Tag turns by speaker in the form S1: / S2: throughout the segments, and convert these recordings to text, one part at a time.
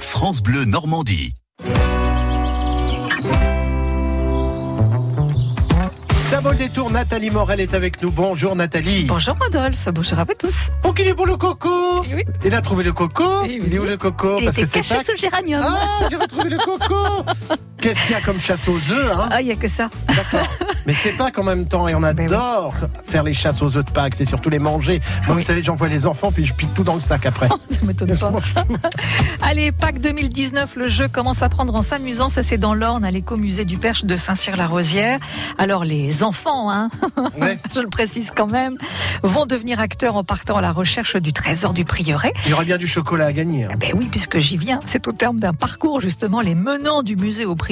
S1: France Bleu Normandie.
S2: Ça vaut le détour, Nathalie Morel est avec nous. Bonjour Nathalie.
S3: Bonjour Rodolphe, bonjour à vous tous.
S2: Pour qu'il est pour le coco
S3: Oui.
S2: Il a trouvé le coco
S3: Eh oui.
S2: Il est où le coco
S3: Il était
S2: Oh, que c'est
S3: caché
S2: Pâques.
S3: sous le géranium. Ah,
S2: Ah, j'ai retrouvé le coco Qu'est-ce qu'il y a comme chasse aux œufs hein
S3: Ah, il n'y a que ça.
S2: D'accord. Mais c'est Pâques en même temps et on
S3: Ben oui.
S2: adore faire les chasses aux œufs de Pâques, c'est surtout les manger. Moi, vous savez, j'envoie les enfants puis je pique tout dans le sac après.
S3: Ça m'étonne pas. Allez, Pâques 2019, le jeu commence à prendre en s'amusant. Ça, c'est dans l'Orne, à l'écomusée du Perche de Saint-Cyr-la-Rosière. Alors, les enfants, hein,
S2: Ouais.
S3: je le précise quand même, vont devenir acteurs en partant à la recherche du trésor du prieuré.
S2: Il y aura bien du chocolat à gagner. hein.
S3: Ah Ben oui, puisque j'y viens. C'est au terme d'un parcours, justement, les menants du musée au prieuré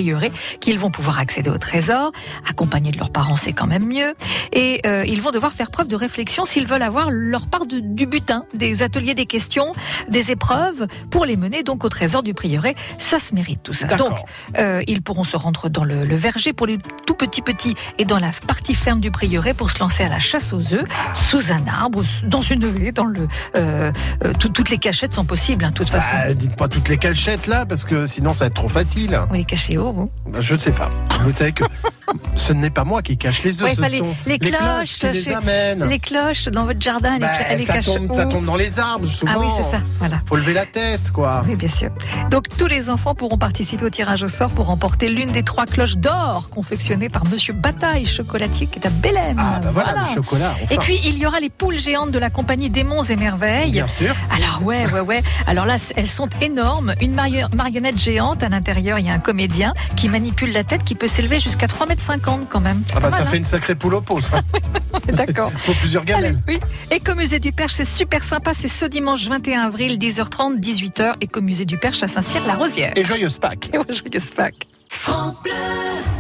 S3: qu'ils vont pouvoir accéder au trésor. Accompagnés de leurs parents, c'est quand même mieux. Et euh, ils vont devoir faire preuve de réflexion s'ils veulent avoir leur part de- du butin, des ateliers, des questions, des épreuves, pour les mener donc au trésor du prieuré. Ça se mérite tout ça. Ah Donc,
S2: D'accord.
S3: euh, ils pourront se rendre dans le, le verger pour les tout petits petits et dans la partie ferme du prieuré pour se lancer à la chasse aux œufs sous un arbre, sous- dans une haie, dans le. euh, euh, tout- toutes les cachettes sont possibles, hein, de toute façon.
S2: Ah, dites pas toutes les calchettes là, parce que sinon ça va être trop facile.
S3: Vous les cachez haut, vous
S2: Ben, Je ne sais pas. Vous savez que ce n'est pas moi qui cache les œufs,
S3: Ouais,
S2: ce
S3: enfin, les-
S2: sont
S3: les
S2: cloches qui
S3: cloches,
S2: les
S3: chez-
S2: amènent.
S3: Les cloches dans votre jardin, elles
S2: Ben,
S3: les, elle les
S2: ça,
S3: cache
S2: tombe,
S3: où
S2: ça tombe dans les arbres souvent.
S3: Ah oui, c'est ça, voilà.
S2: Faut lever la tête, quoi.
S3: Oui, bien sûr. Donc tous les enfants pourront participer au tirage au sort pour remporter l'une des trois cloches d'or confectionnées par Monsieur Bataille, chocolatier qui est à Bélem.
S2: Ah, bah voilà, le chocolat. Enfin,
S3: Et puis il y aura les poules géantes de la compagnie des Monts et Merveilles.
S2: bien sûr.
S3: Alors ouais, ouais, ouais. Alors là, c- elles sont énormes. Une mario- marionnette géante. À l'intérieur, il y a un comédien qui manipule la tête qui peut s'élever jusqu'à 3,50 mètres quand même.
S2: Ah bah,
S3: Pas
S2: ça
S3: mal,
S2: fait une sacrée poule au pot, ça.
S3: hein D'accord.
S2: Faut plusieurs
S3: Allez,
S2: gamelles.
S3: oui. Écomusée du Perche, c'est super sympa. C'est ce dimanche 21 avril, 10h30, 18h. Écomusée du Perche à Saint-Cyr-la-Rosière.
S2: Et joyeuse Pâques.
S3: Et moi, je Pâques.
S4: France Bleu.